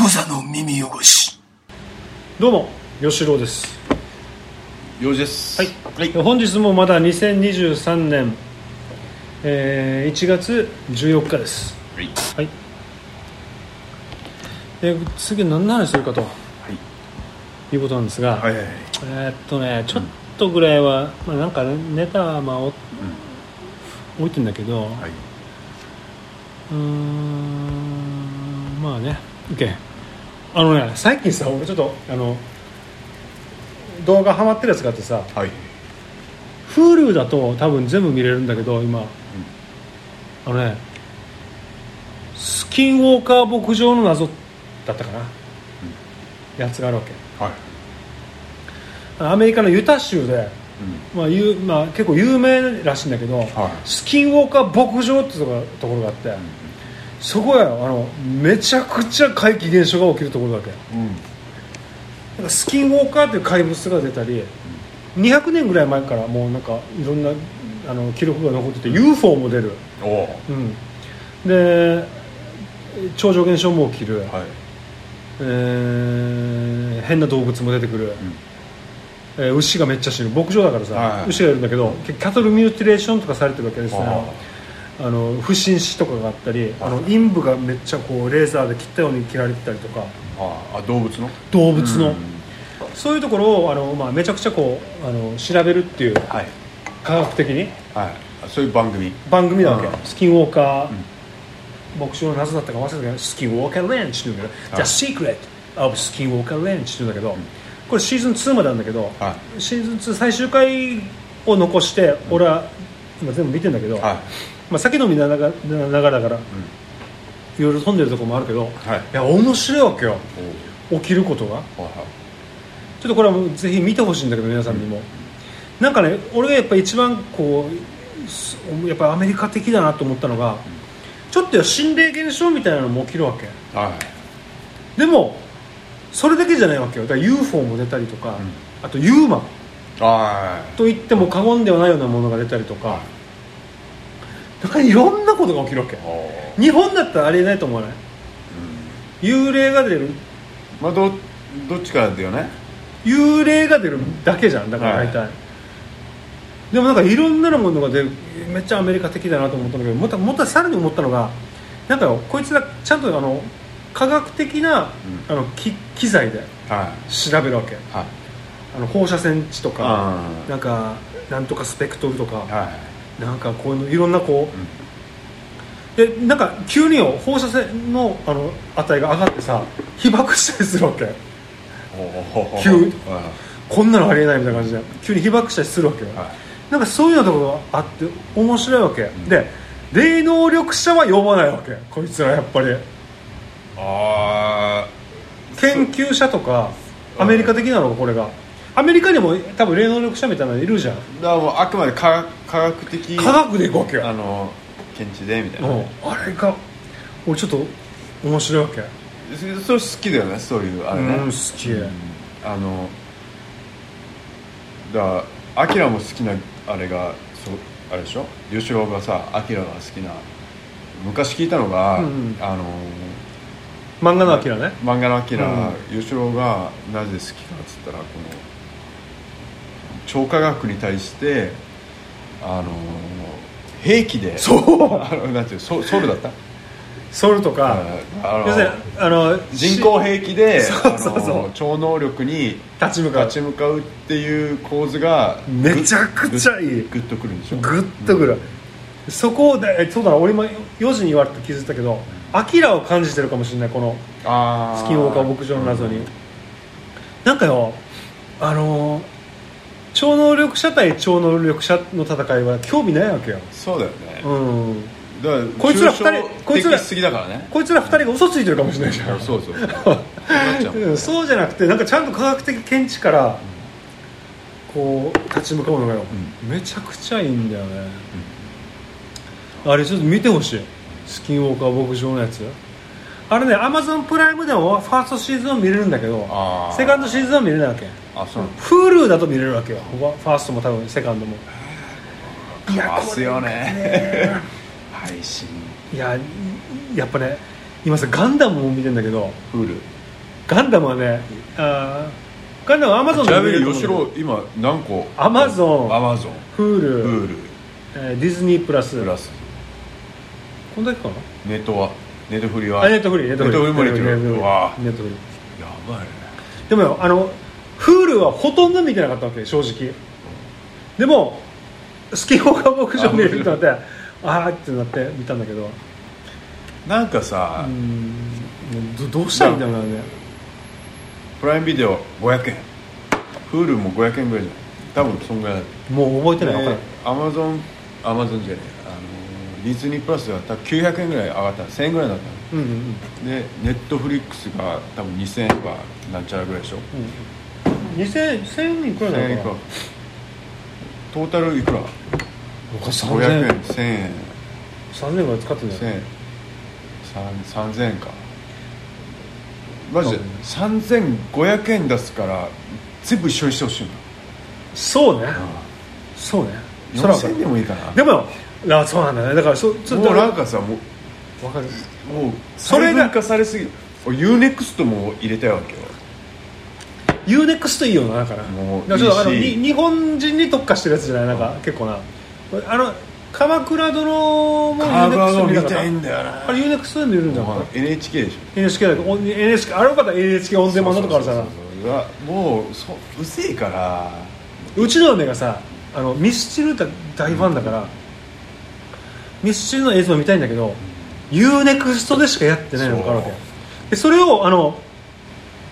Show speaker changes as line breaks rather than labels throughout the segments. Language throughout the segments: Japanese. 無座の耳汚し
どうも吉郎です、
用事です
はい
はい
本日もまだ2023年、えー1月14日です
はい
はいで次何の話するかと、い、うことなんですが、
はいはいはい
えーっとねちょっとぐらいは、まあ、なんかネタはまあお、置いてんだけど、
はいう
ーんまあね OK あのね最近さ俺ちょっとあの動画ハマってるやつがあってさ
はい
Hulu だと多分全部見れるんだけど今、あのね「スキンウォーカー牧場の謎」だったかな、やつがあるわけ
はい
アメリカのユタ州で、
う
まあゆまあ、結構有名らしいんだけど、
はい
スキンウォーカー牧場ってとこところがあって、そこやあのめちゃくちゃ怪奇現象が起きるところだわけ
うんうん
なんかスキンウォーカーという怪物が出たり、200年ぐらい前からもうなんかいろんなあの記録が残ってて UFO も出る、
おー
うん、で超常現象も起きる、
はい
えー変な動物も出てくる、えー牛がめっちゃ死ぬ牧場だからさ、
はい
牛がいるんだけどキャトルミューティレーションとかされてるわけですね
あ
あの不審死とかがあったりあの陰部がめっちゃこうレーザーで切ったように切られてたりとか
あーあ動物の
動物
う
の、
ん
そういうところをあの、まあ、めちゃくちゃこうあの調べるっていう
はい
科学的に
はいあそういう番組
番組なわけ、
うん
スキンウォーカー、牧場の謎だったか忘れたけどスキンウォーカーレンチっていうんだけど
は
The
い
Secret of スキンウォーカーレンチっていうんだけど、これシーズン2までなんだけど、
は
シーズン2最終回を残して俺は今全部見てんだけど、
はい
まあ、酒飲みながらながらだから、いろいろ飛んでるとこもあるけど、い
はい
や面白いわけよ
おー
起きることが。
はいはい
ちょっとこれはもうぜひ見てほしいんだけど皆さんにも、なんかね俺がやっぱ一番こうすやっぱアメリカ的だなと思ったのが、ちょっと心霊現象みたいなのも起きるわけ
はい
でもそれだけじゃないわけよだから UFO も出たりとか、あと UMA
は
と言っても過言ではないようなものが出たりとか、
はい
だからいろんなことが起きるわけ
いお
日本だったらありえないと思わない、幽霊が出る
ーまあどどっちからだよね
幽霊が出るだけじゃんだから
はい
大体、でもなんかいろんなものが出るめっちゃアメリカ的だなと思ったんだけどまたまたさらに思ったのがなんかよこいつがちゃんとあの科学的な、あのき機材で
は
調べるわ
い
け
はい
あの放射線値とか
あー
なんかなんとかスペクトルとか、
はい
なんかこういうのいろんなこう、でなんか急によ放射線のあの値が上がってさ被爆したりするわけ
おー
急に
は
こんなのありえないみたいな感じで急に被爆したりするわけよ、
いはい
なんかそういうようなところがあって面白いわけ、で霊能力者は呼ばないわけこいつらやっぱり
あ
研究者とかアメリカ的なのこれがアメリカにも多分霊能力者みたいなのいるじゃん
ーだからもうあくまで科学科学的
科学でいくわけよ
あの検知でみたいな
うんあれが俺ちょっと面白いわけ、
そそれ好きだよねそういうあれね、
うん好き、
あのだからアキラも好きなあれがそうあれでしょ吉郎がさアキラが好きな昔聞いたのが、
うんうん
あの
漫画のアキラね
漫画のアキラ、
う
吉郎がなぜ好きかっつったらこの超科学に対してあの兵器で
そう
あのなんていうソソウルだった
ソルとか
あの
要するにあの
人工兵器で
そうそうそう
あの超能力に
立ち向かう
立ち向かうっていう構図が
めちゃくちゃいい
グッとくるんでしょ
グッとくる、そこでえそうだな俺も4時に言われて気づいたけどアキラを感じてるかもしれないこの
あー
スキンウォーカー牧場の謎に、なんかよあのー超能力者対超能力者の戦いは興味ないわけよ
そうだよね
うん
だから
こいつら二人
抽象
こいつら
的すぎだからね
こいつら2人が嘘ついてるかもしれないじゃん
そうそうそうなっちゃうもん
うんそうじゃなくてなんかちゃんと科学的見地からこう立ち向かうのがよ、めちゃくちゃいいんだよね、あれちょっと見てほしいスキンウォーカー牧場のやつあれねアマゾンプライムでもファーストシーズンは見れるんだけど
あー
セカンドシーズンは見れないわけ
あそうなんだ
Hulu だと見れるわけよファファーストも多分セカンドもいや
回すよね配信
いややっぱね今さガンダムも見てんだけど
フール
ガンダムはねあーガンダムはアマゾン
ち
で
な
見
み
れ
に
ると
吉
思う
郎今何個
Amazon
アマゾンプ
Hulu、
ール
えーディズニープラス
プラス
こんだけかな
ネットはネットフリは
あネットフリーネットフリー
ネットフリも入れて
ネット
る
フリー
わあ
ネットフリー
やばいね
でもよあの Hulu はほとんど見てなかったわけ正直でもスキー放課牧場見れるってなってああーってなって見たんだけど
なんかさ、
うんどどうしたらいいんだろうなね
プライムビデオ500円 Hulu も500円ぐらいじゃない多分そんぐらいだ
もう覚えてない、わか
アマゾンアマゾンじゃねえあのディズニープラスが多分900円ぐらい上がった1000円ぐらいだっ
るうんうんうん
たでネットフリックスが多分2000円とかなんちゃらぐらいでしょ
うん2000 1000円いくら
1000
だ
円い
ろう
く
な
らトータルいくら
僕は
500
3000
円
円
1000円
3000円ぐらい使ってんだ
1000
よ
円3 3000円かマジで3500円出すから全部一緒にしてほしいな
そうねそうねそれはわか
4000円
る
でもいいかな
でもよあそうなんだよねだからそちょっ
も
と
うなん
わ
かさもう
かる
もう
それが
細分化されすぎる俺 UNEXT も入れたいわけよ
UNEXT いいよなだから
もう
だからちょっとあの
いいし
に日本人に特化してるやつじゃないなんか、結構なあの鎌倉殿も
カーブアウト
UNEXT 見
み
なかった
いん
た
だよな
あれ UNEXT で見れるんじゃん、
もう NHK でしょ
NHK だけどお NHK あれよかったら NHK オンデマンドとかあるじゃな
そうそうそうそうもうそううぜえから
うちの姉がさあのミスチルだ大ファンだから、ミスチルの映像見たいんだけど、UNEXT でしかやってないのがあるわけ
そう
でそれをあの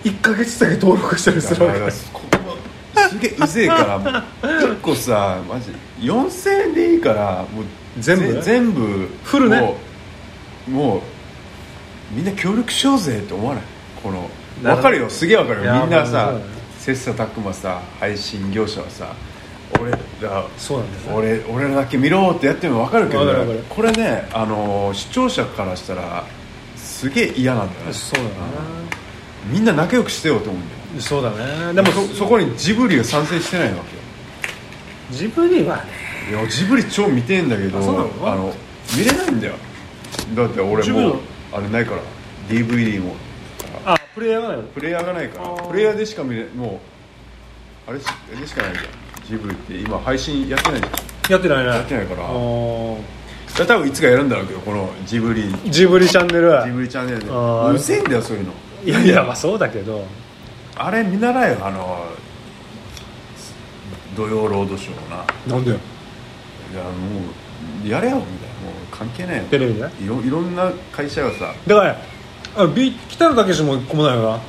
1か月だけ登録したりするわけ
だからここもすげえうぜえからもう結構さマジ4000円でいいからもう
全部
ぜ全部
フルね
もうもうみんな協力しようぜって思わないこの
なるほど
分かるよすげえ分かる
いや
よみんな
まあそ
さ
うだね
切磋琢磨さ配信業者はさ俺ら
そうなんですよ
俺俺らだけ見ろってやってるの分かるけど
わかるわかる
これねあのー視聴者からしたらすげえ嫌なんだよね
そうだな、
みんな仲良くしてよと思うんだよ
そうだね
で
で
も
も
そ
そ
そこにジブリが参戦してないわけ
ジブリはね
よいやジブリ超見てえんだけど
あそうなの
あの見れないんだよだって俺
ジブリ
もう
の
あれないから DVD も
あプレイヤーがない
プレイヤーがないか
あ
ら
ー
プレイヤーでしか見れもうあれしあれでしかないじゃんジブリって今配信やってないじゃん
やってないね
やってないから
あー
だから多分いつかやるんだろうけどこのジブリ
ジブリチャンネル
ジブリチャンネルで
あー
うぜえんだよそういうの
いやいやまあそうだけど
あれ見習えよあの土曜ロードショーな
なんでよ
いやもうやれよみたいなもう関係ないよ
テレビでだ
いろいろんな会社がさ
からあのビ北野武も一個もないよ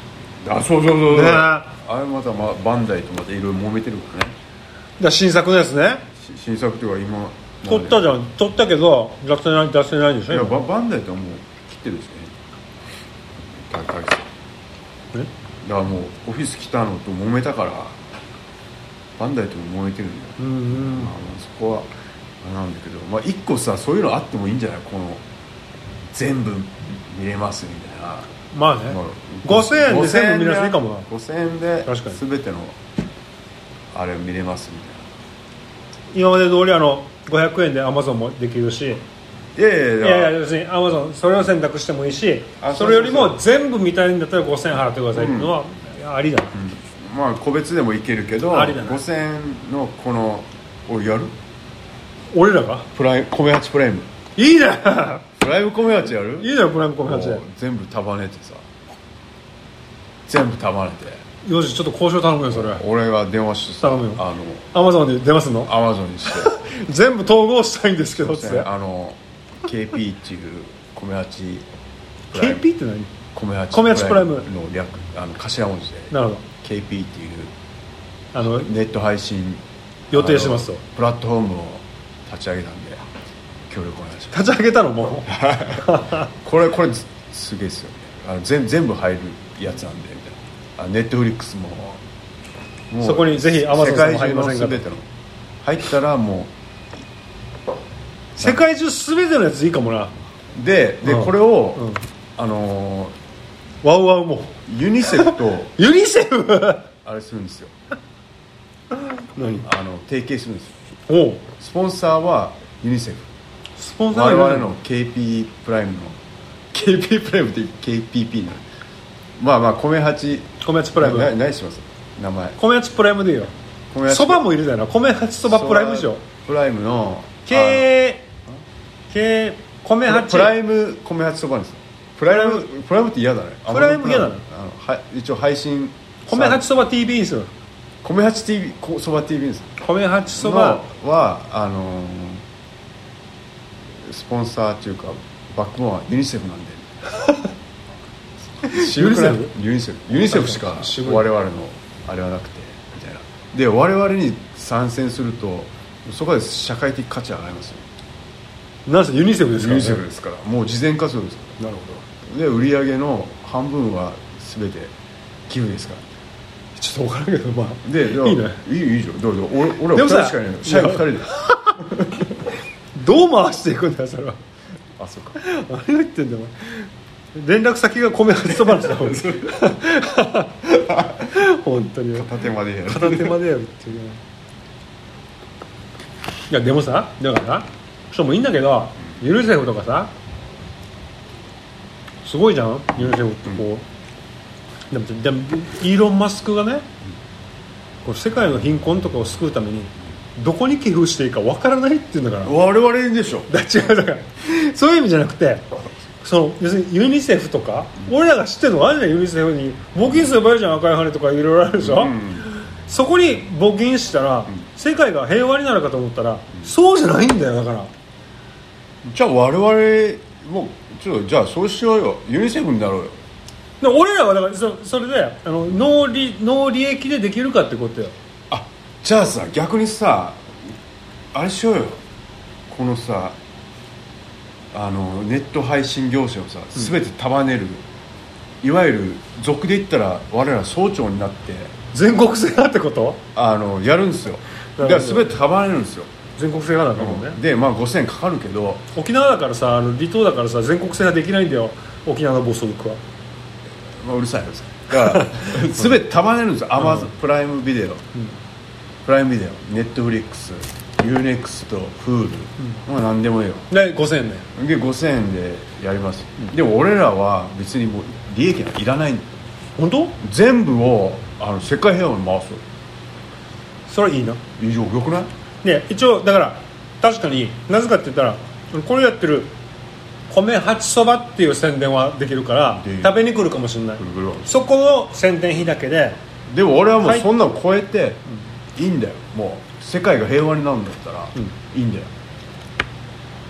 な
あそうそうそう
ね
あれまた、ま、バンダイとまたいろいろ揉めてるからね
だ新作のやつね
し新作というか今
撮ったじゃん撮ったけど出せない出せないでし
いや
ょ
ババンダイとはもう切ってるんですよね高橋さんだ
え
からもうオフィス来たのと揉めたからバンダイとも揉めてるんだよ
うんうん
まあそこはあれなんだけど、まあ、一個さそういうのあってもいいんじゃないこの全部見れますみたいな
まあね
まあ
5000円で全部見なすいいかもな
5000円で
確かに
全てのあれを見れますみ
今まで通りあの500円でアマゾンもできるし
たいないやい
い
やいや
やいや別にアマゾンそれを選択してもいいし
あ
それより
そうそ
も全部見たいんだったら5000円払ってくださいっていうのはありだな
まあ個別でもいけるけど
ありだな
5000円のこの俺やる
俺らが
プライ米八プライム
いいね
プライム米八やる
いいねプライムコメン
も
チで
う全部束ねてさ全部束ねて
よしちょっと交渉頼むよそれ
俺が電話してさあ
頼むよ
の
アマゾンで出ますの
アマゾンにして
全部統合したいんですけどつって
あの KP っていう米八プライム
KP って何
米八
米八プライム
の略あの頭文字で
なるほ
KP っていう
どあの
ネット配信
予定してますと
あのプラットフォームを立ち上げたんで協力お願いします
立ち上げたのもう
これこれすすげえですよねあの全全部入るやつなんでみたいなネットフリックスもも
そこにぜひ Amazon さんも入りませんか
世界中の全ての入ったらも
世界中全てのやついいかもな
うでで、
うん
これを、
うん
あの
ワウワウも
ユニセフと
ユニセフ
あれするんですよ
何
あの提携するんですよ
おう
スポンサーはユニセフ
スポンサー
我
が
々
いる
の KP プライムの KP プライムって KPP なまあまあ米八
米八プライ
な
ム
何します名前
米八プライムでいいよ
米八
そばもいるだよな米八そばプライムでし
そば
ょ
プライムの
経営米
あの
八
プライム米八そばですプライムプライムって嫌だね
プライム嫌なの
あのはい一応配信
米八そば TV にする
米八 TV こそば TV です
米八そば
のはあのースポンサーというかバックボーンはユニセフなんで 渋くない
ユニ
ユニセ
セ
フユニセフしか
渋い
我々のあれはなくてみたいなで我々に参戦するとそこで社会的価値上がりますよ
なんせユニセフですか
ユ
ら
ニ
ね
セフですからもう慈善活動ですか
なるほ
らで売り上げの半分は全て寄付ですから
どちょっと分からんけどまあ
で
いいね
いいいいじゃんどうぞ俺俺
で
は2
もさ
人しかいないの社員2人で
どう回していくんだよそれは
あそうか
何を言ってんだよお前連絡先が米八そばなんだもん本当に
片手までやる
片手までやるっていうねいやでもさだからさ人もいいんだけどユニセフとかさすごいじゃんユニセフってこう、でもでもイーロン・マスクがね、こう世界の貧困とかを救うためにどこに寄付していいかわからないっていうんだから
我々でしょ
だ違うだからそういう意味じゃなくてその要するにユニセフとか、俺らが知ってるのがあるじゃんユニセフに募金すればいいじゃん赤い羽とかいろいろあるでしょ、そこに募金したら、世界が平和になるかと思ったら、そうじゃないんだよだから
じゃあ我々もちょっとじゃあそうしようよユニセフになろうよ
で俺らはだからそそれであの農利農利益でできるかってことよ
あじゃあさ逆にさあれしようよこのさあのネット配信業者をさ全て束ねる、いわゆる俗で言ったら我ら総長になって
全国制覇ってこと
あのやるんですよ
な
だ
るほど
から全て束ねるんですよ、
全国制覇だと思うね、
でまあ5000円かかるけど
沖縄だからさあの離島だからさ全国制覇できないんだよ沖縄の暴走族は
まあ、うるさいうるさいだから全て束ね るんですよアマゾンプライムビデオ、プライムビデオネットフリックス UNEXT と Hulu、まあ何でもいいよ
で5000円ね
で5000円でやります、でも俺らは別にもう利益なんかいらない
本当
全部をあの世界平和に回す
それいいな
以上よくない
ね一応だから確かになぜかって言ったらこれやってる米八そばっていう宣伝はできるから
で
食べに来るかもしれない
ぐるぐる
そこの宣伝費だけで
でも俺はもう
はい
そんなの超えていいんだよもう世界が平和になるんだったらいいんだよ、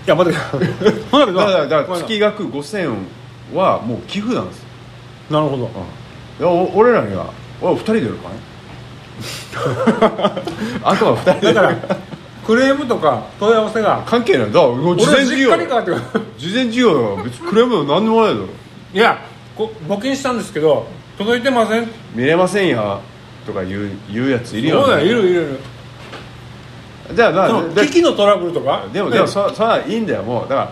いや待ってく ださ
だ
い
からだから月額5000円はもう寄付なんですよ
なるほど
いやお俺らにはお二人でやるかね あとは二人で
だからクレームとか問い合わせが
関係ないだからもう
俺
事前事
は実
業
家にかかってくる
事前事業だから別にクレームでも何でもないだろ
いやこ募金したんですけど届いてません
見れませんやとか言う言うやついるよ
そうだよいるいるいる
じゃあだ
そ
から
の
だ
機器のトラブルとか
でも
ね
でもそそれはいいんだよもうだから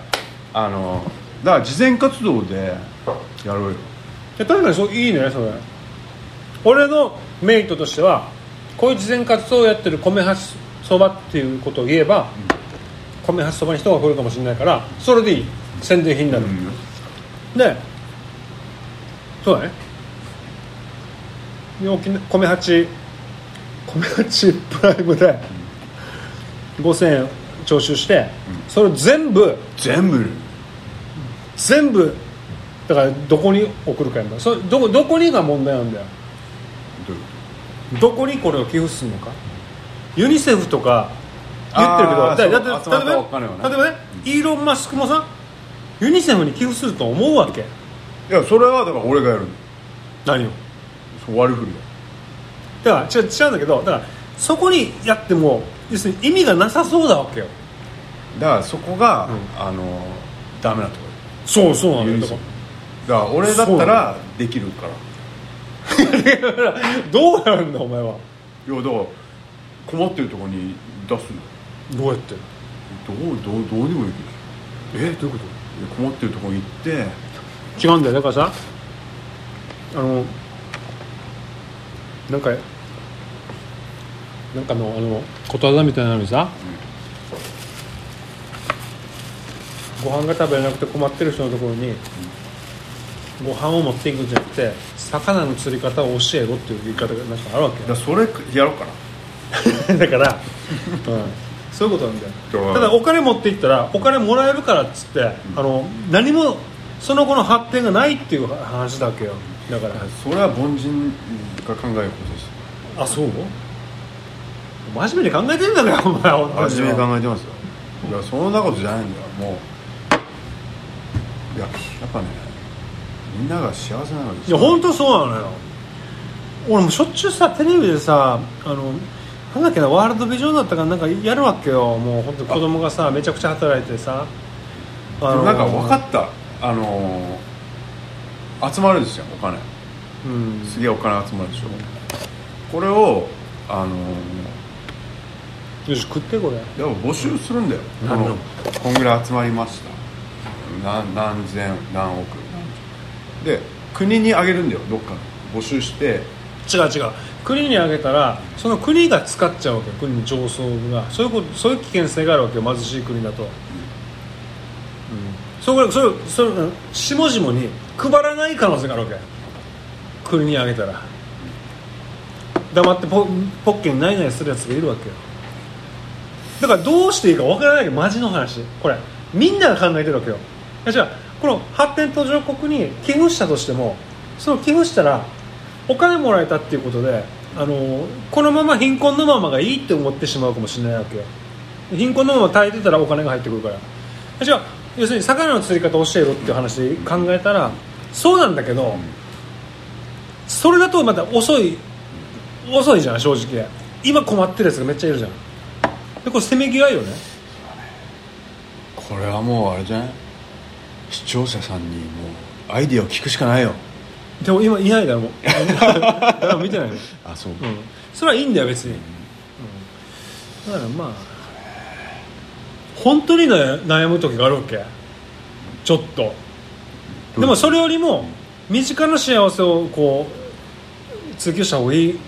あのだから事前活動でやろうよ
いや確かにそういいねそれ俺のメリットとしてはこういう慈善活動をやってる米発そばっていうことを言えば、米発そばに人が来るかもしれないからそれでいい宣伝品になる、でそうだねで沖縄米八米八 プライムで5000円徴収して、それを全部
全部
全部だからどこに送るかやんだそれどこどこにが問題なんだよどこにこれを寄付するのかユニセフとか言ってるけど
あー
だ
そう
だって
集まっ
例え
たお
ば
金
ね
をね
例えばねイーロン・マスクもさユニセフに寄付すると思うわけ
いやそれはだから俺がやるの
何を
そう悪ふりだ
だから違う違うんだけどだからそこにやっても要するに意味がなさそうなわけよ
だからそこが、
ん
あのダメなとこ
そうそうな
ろ
んだよ
だか
だから
ら俺だったらできるから
らどうやるんだお前はい
やだから困ってるところに出すの
どうやって
どうどうどうにもでき
えどういうこと
る困ってるところに行って
違うんだよだからさあのなんかなんかのあのことわざみたいなのにさ、ご飯が食べれなくて困ってる人のところに、ご飯を持っていくんじゃなくて魚の釣り方を教えろっていう言い方がなんかあるわ
だからそれやろうかな
け だから、うん、そういうことなんだよ
うん
ただお金持っていったらお金もらえるからっつって、あの何もその後の発展がないっていう話だけよだから
それは凡人が考えることです
あそう真面目に考えてんだからお前は
真面目に考えてますよいやそんなことじゃないんだよもういややっぱねみんなが幸せなのです
いや本当そうなのよ俺もしょっちゅうさテレビでさあのなんだっけなワールドビジョンだったからなんかやるわけよもう本当子供がさめちゃくちゃ働いてさあ
でもなんか分かったあのー集まるんですよお金
うん
すげえお金集まるでしょこれをあのー
よし食ってこれ
でも募集するんだよこ
何な
の
の
こんぐらい集まりました何何千何億で国にあげるんだよどっかの募集して
違う違う国にあげたらその国が使っちゃうわけ国の上層部がそういうことそういう危険性があるわけよ貧しい国だと、うん、そこそれそれうん下々に配らない可能性があるわけ国にあげたら黙ってポポッケにないないするやつがいるわけよだからどうしていいかわからないけどマジの話これみんなが考えてるわけよじゃあこの発展途上国に寄付したとしてもその寄付したらお金もらえたっていうことであのこのまま貧困のままがいいって思ってしまうかもしれないわけよ貧困のまま耐えてたらお金が入ってくるからじゃあ要するに魚の釣り方教えろっていう話で考えたらそうなんだけどそれだとまた遅い遅いじゃん正直今困ってるやつがめっちゃいるじゃんでこれせめぎ合いよね
これはもうあれじゃない視聴者さんにもうアイディアを聞くしかないよ
でも今いないだ ろもう誰も見てないの、うん、
あそう、
それはいいんだよ別に、うん、だからまあ本当にね悩む時があるわけちょっとでもそれよりも身近な幸せをこう追求した方がいい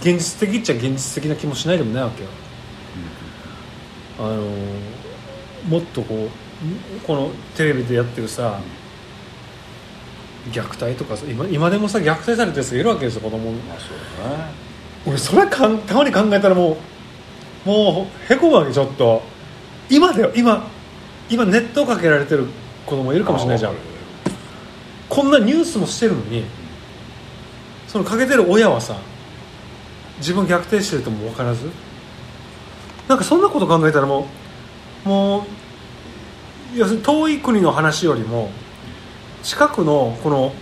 現実的っちゃ現実的な気もしないでもないわけよ、あのもっとこうこのテレビでやってるさ虐待とかさ今今でもさ虐待されてるやつがいるわけですよ子供
まあそうだね
俺それかんたまに考えたらもうもうへこむわけちょっと今だよ今今ネットかけられてる子供いるかもしれないじゃん
あわか
こんなニュースもしてるのにそのかけてる親はさ自分逆転してるとも分からずなんかそんなこと考えたらもうもう要するに遠い国の話よりも近くのこの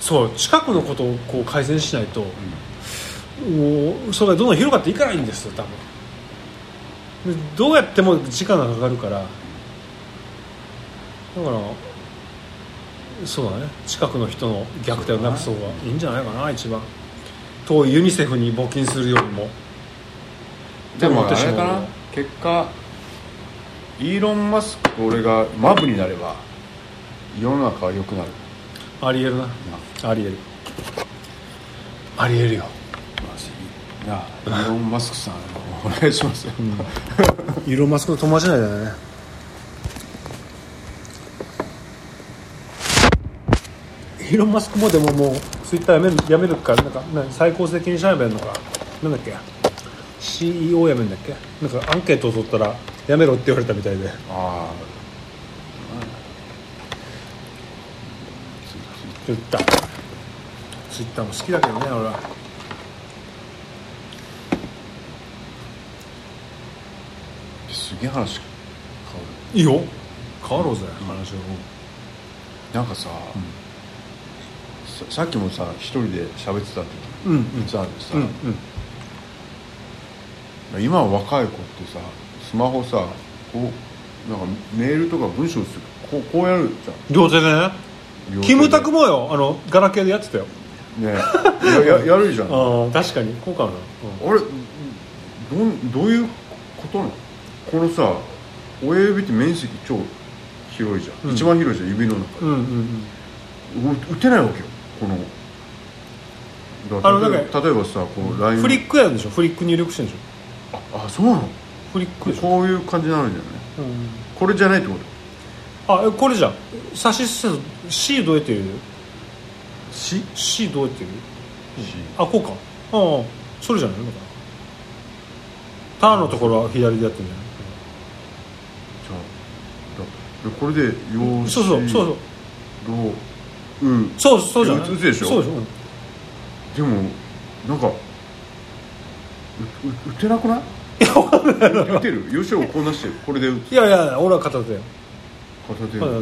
そう近くのことをこう改善しないと、もうそれがどんどん広がっていかないんですよ多分でどうやっても時間がかかるからだからそうだね近くの人の虐待をなくそうがいいんじゃないかな一番遠いユニセフに募金するよりも
るでもあれ
思
かな結果イーロン・マスクと俺がマブになれば世の中は良くなる
ありえるなありえるありえるよ
マジなあイーロン・マスクさんお願いしますよ
イーロン・マスクの友達なんだよねイーロン・マスクもでももうツイッターやめるやめるからなんか、ね、最高責任者やめるのかなんだっけ CEO やめるんだっけなんかアンケートを取ったらやめろって言われたみたいで
ああ
言ったツイッターも好きだけどね俺は
すげえ話変わ
いいよ変わろうぜ話を
るなんかさ、ささっきもさ一人で喋ってた時
うんうん
にさ,、さ
うんうん
今若い子ってさスマホさこうなんかメールとか文章するこうこうやるじゃん
両手でね
両手で
キムタクもよあのガラケーでやってたよ
ねやややるじゃ んあ
ああ確かにこうかな、
れどんどういうことなのこのさ親指って面積超広いじゃん、
うん
一番広いじゃん指の中で
うん、うんうんうん
う打てないわけよこの
あの
だ例え
なん
ば例えばさこう LINE
フリックやるんでしょフリック入力してるんでしょ
あそうなの
フリックでしょ、
こういう感じになるんじゃない
うん
これじゃないってこと
あえこれじゃん差しすせず C どうやって言う
し
C どうやって言うあこうかうんそれじゃないのかなターンのところは左でやってんじゃない
じゃあだこれでよ
そうそうそう
どううん
そうそうそうじゃない
打つでしょ
そうでしょ
でもなんかうう打てなくない打てる吉尾こうなしてるこれで打つ
いやいや俺は片手よ
片手で
片手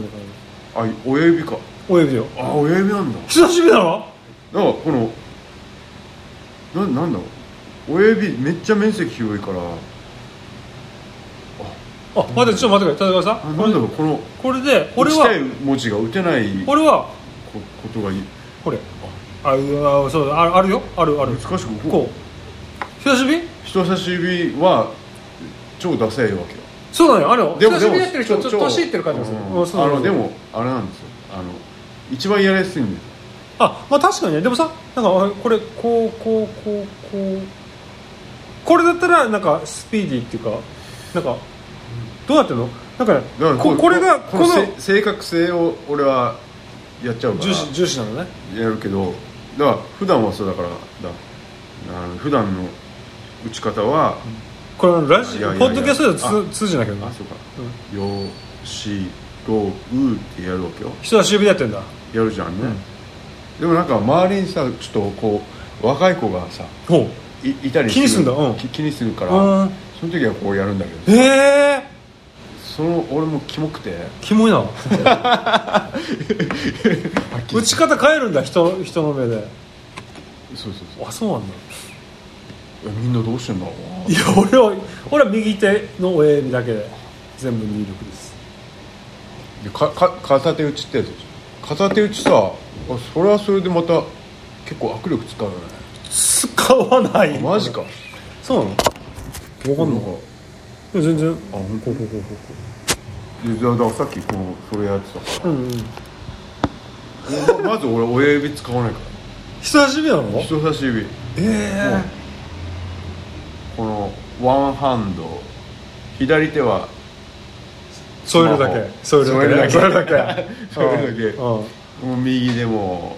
片
あ親指か
手親指よ
あ親指なんだ
久しぶりだろ
だからこのななんだろう親指めっちゃ面積広いから
あ待ってちょっと待ってください
あ
田
なん
中
だ
さ
ろ
ん
うこの
これで
打
俺
ちたい
は
文字が打てないこ
俺は
ことがい
これああそうだああるよあるある
難しく
こ
こ
う人差し指
う人差し指は超ダサいわけよ
そうなのよあれよ
で
人
も
差し
でも
指やってる人ちょっと
超
年いってる感じがする
う
うん
ん
そう
あ
そうそう
のでもあれなんですよあの一番やりやすいんです
あまあ確かにねでもさなんかあこれこうこうこうこうこれだったらなんかスピーディーっていうかなんかどうやってんのなんか,、ね、
だから
ここれが
こ
この
のせ正確性を俺はやっちゃうか
重視
ら
重視なのね
やるけどだから普段はそうだからだあの普段の打ち方は、
これラジ
いやいやいや
ポッドキャストでは通通じなきゃな
あそうか、よしろうってやるわけよ
人差し指でやってんだ
やるじゃんね、でもなんか周りにさちょっとこう若い子がさ
ほ
いいたり
気にすんだうん
き気にするか
う
ら、
うん
その時はこうやるんだけど
ええ
その俺もキモくて
ー、キモいな打ち方変えるんだ人人の目で
そうそう
あそうなんだ
そうみんなどうしてんだろう
いや俺は俺は右手の親指だけで全部入力です
でかか片手打ちってやつでしょ片手打ちさあそれはそれでまた結構握力使うよね
使わない
あマジか
そうなの
分か
んの
か
全然
あ本
こうこうこうこ
当。だだからさっきこのそれやってたか
ううんうん
らままず俺親指使わないか
人差し指なの
ら人差し指もう
ええ
このワンハンド左手は
添えるだけ添えるだけ
添える
添えるだけ
添えるだけ
うんうん
もう右でも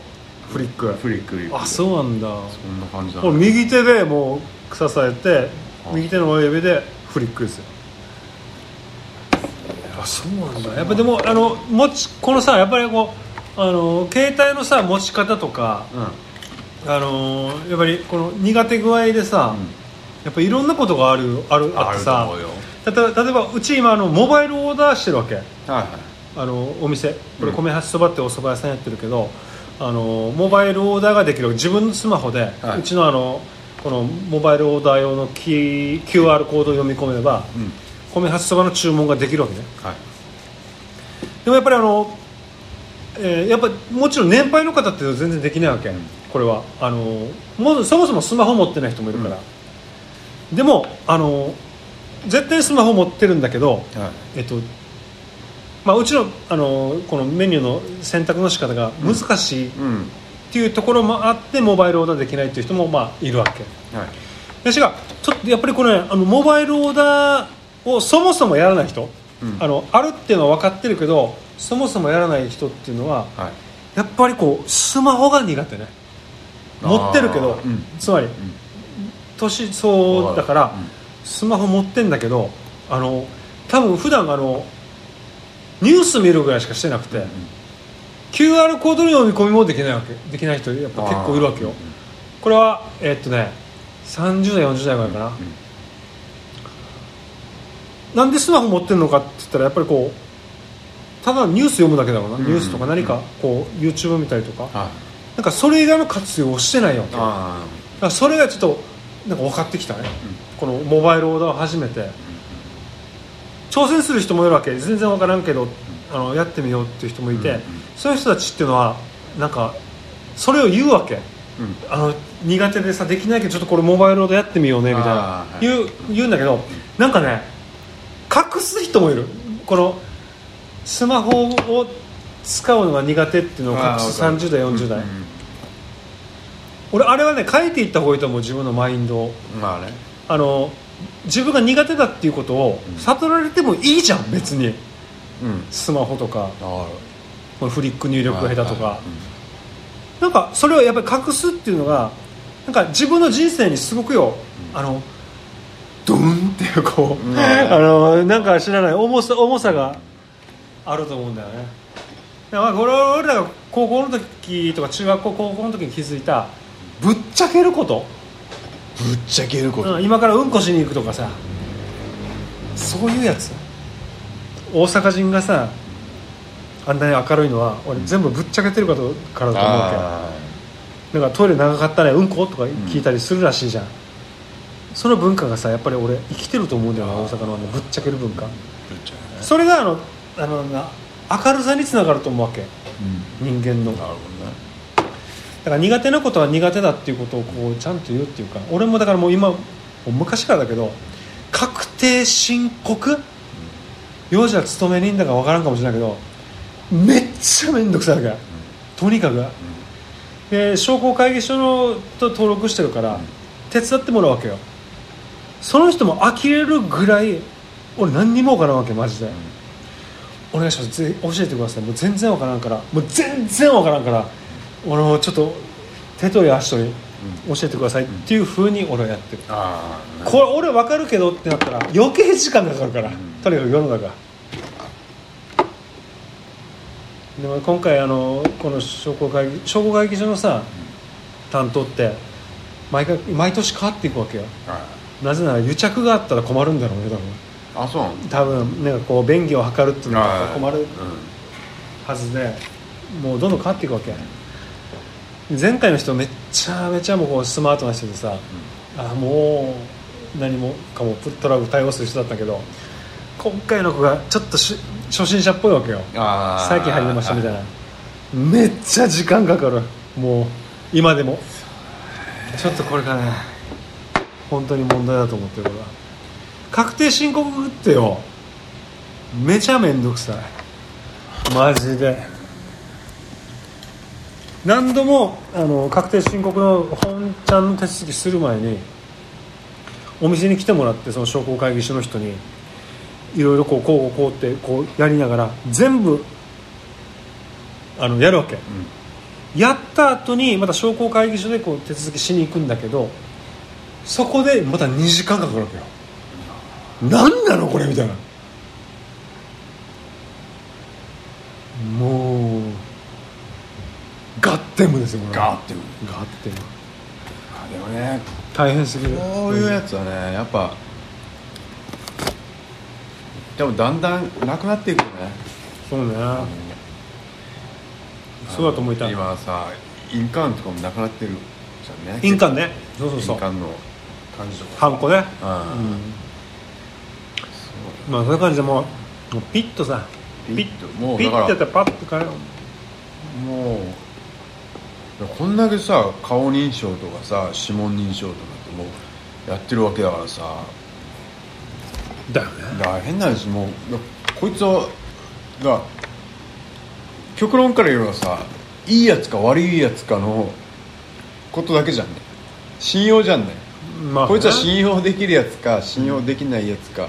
フリック
フリックリ
あそうなんだ
こんな感じだ
これ
ね
右手でもう支えて
あ
右手の親指でフリックですよあそうなんだやっぱでもあの持ちこのさやっぱりこうあの携帯のさ持ち方とか
うんうん
あのーやっぱりこの苦手具合でさ、やっぱいろんなことがあるあるあってさ
あると思うよ
例えば例えばうち今あのモバイルオーダーしてるわけ
はいはい
あのお店これ
うん
米橋そばってお蕎麦屋さんやってるけど、あのーモバイルオーダーができる自分のスマホで、
はいう
ちのあのこのモバイルオーダー用のキー QR コードを読み込めば
うん
米橋そばの注文ができるわけね
はい
でもやっぱりあの、えーやっぱもちろん年配の方って全然できないわけ、
うん
これはあのもうそもそもスマホ持ってない人もいるから、でもあの絶対スマホ持ってるんだけど、
はい
えっとまあ、うちのあのこのメニューの選択の仕方が難しいっ
うん
ていうところもあって、モバイルオーダーできないっていう人もまあいるわけ
はい
ですがちょっとやっぱりこれ、あのモバイルオーダーをそもそもやらない人、
うん
あのあるっていうのは分かってるけどそもそもやらない人っていうのは
はい
やっぱりこうスマホが苦手ね持ってるけど、
あーうん
つまり、年そうだから、
うん
スマホ持ってんだけどあの多分普段あのニュース見るぐらいしかしてなくて、QR コードの読み込みもできないわけできない人やっぱ結構いるわけよこれはえーっとね30代40代ぐらいかな、
ん
なんでスマホ持ってるのかって言ったらやっぱりこうただニュース読むだけだろうな、
うん
ニュースとか何かこう YouTube 見たりとか、
はい
なんかそれ以外の活用をしてないわけだか
あ
らそれがちょっとなんか分かってきたね、このモバイルオーダーを始めて、挑戦する人もいるわけ全然分からんけど、あのやってみようっていう人もいて、
うんうん
そういう人たちっていうのはなんかそれを言うわけ
あうん
あの苦手でさできないけどちょっとこれモバイルオーダーやってみようねみたいな、
あーはい
言う言うんだけどなんかね隠す人もいるこのスマホを使うのが苦手っていうのを隠す
あーわか
30代
る
40代、
うん
俺あれはね変えていった方がいいと思う自分のマインドを
うんまあね
あの自分が苦手だっていうことを悟られてもいいじゃん別に
うん
スマホとか
あ
このフリック入力が下手とか
は
なんかそれをやっぱり隠すっていうのがなんか自分の人生にすごくよあのドゥンっていうこう、
うん
あのなんか知らない重さ重さがあると思うんだよねだからこれ俺らが高校の時とか中学校高校の時に気づいたぶっちゃけること、
ぶっちゃけること、
うん今からうんこしに行くとかさそういうやつ大阪人がさあんなに明るいのは俺全部ぶっちゃけてることからだと思うけど
あ
なんかトイレ長かったねうんことか聞いたりするらしいじゃん、その文化がさやっぱり俺生きてると思うんだよな大阪のあのぶっちゃける文化
ーぶっちゃけね
それがあのあのな明るさにつながると思うわけ人間のだ
な
か
るほどね
ら苦手なことは苦手だっていうことをこうちゃんと言うっていうか俺もだからもう今もう昔からだけど確定申告幼児は勤め人だか分からんかもしれないけどめっちゃ面倒くさいわけ、とにかくで商工会議所のと登録してるから、手伝ってもらうわけよその人も呆れるぐらい俺何にも分からんわけマジで、お願いしますぜ教えてくださいもう全然分からんからもう全然分からんから俺もちょっと手取り足取り教えてくださいっていうふうに俺はやってる、
ああ
これ俺分かるけどってなったら余計時間がかかるから、とにかく世の中でも今回あのこの商工会議商工会議所のさ担当って毎回毎年変わっていくわけよなぜなら癒着があったら困るんだろうね
あそうなん
多分多分なんかこう便宜を図るっていうのが
あー
困るはずでもうどんどん変わっていくわけ前回の人めっちゃめちゃもうこうスマートな人でさ、あもう何もかもプトラブル対応する人だったけど今回の子がちょっとし初心者っぽいわけよ
あー
最近始めましたみたいなめっちゃ時間かかるもう今でもちょっとこれがね本当に問題だと思ってるから確定申告ってよめちゃめんどくさいマジで何度もあの確定申告の本ちゃんの手続きする前にお店に来てもらってその商工会議所の人にいろいろこうこうこうってこうやりながら全部あのやるわけ、やった後にまた商工会議所でこう手続きしに行くんだけどそこでまた2時間かかるわけよ何なのこれみたいなもうガッテムですよこれ
ガーってくる
ガッテム
あでもね
大変すぎる
こういうやつはねやっぱでもだんだんなくなっていくよね
そうねそうだと思いたい
今さ印鑑とかもなくなってるじゃんね
印鑑ねそうそうそ
印
う
鑑の感じとか
ハンコね
あ
うんまあそういう感じでもうもうピッとさ
ピッともう
ピ
だ
ッ
から
てやったらパッと変えよ
もういやこんだけさ顔認証とかさ指紋認証とかってもうやってるわけだからさ
うだよね
だから変な話もういやこいつはが極論から言えばさいいやつか悪いやつかのことだけじゃんね信用じゃんね
まあね
こいつは信用できるやつか信用できないやつかっ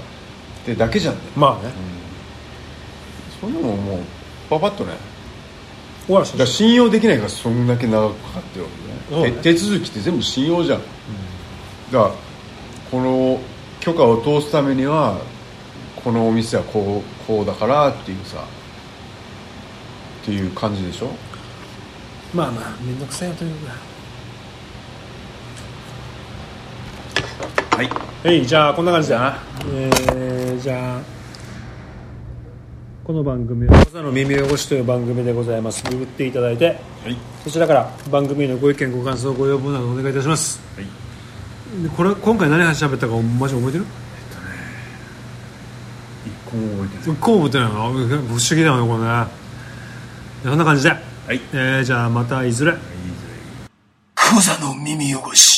てだけじゃんね、
まあね
そんなもんもうパパッとね
終わら
だ
せ
から
て
信用できないからそんだけ長くかかってるわけ
そう
ね
ね
手手続きって全部信用じゃん、だからこの許可を通すためにはこのお店はこうこうだからっていうさっていう感じでしょ
まあまあ面倒くさいよというか
はい
はいじゃあこんな感じだなえー、じゃあこの番組は「朝の耳汚し」という番組でございますググっていただいて
はい
そちらから番組へのご意見ご感想ご要望などお願いいたします
はい
でこれ今回何話しゃべったかマジ覚えてる
一個も覚えて
一個も覚えてないの不思議だよねこれねそんな感じで、
い
えーじゃあまたいずれ
ないクザの耳汚し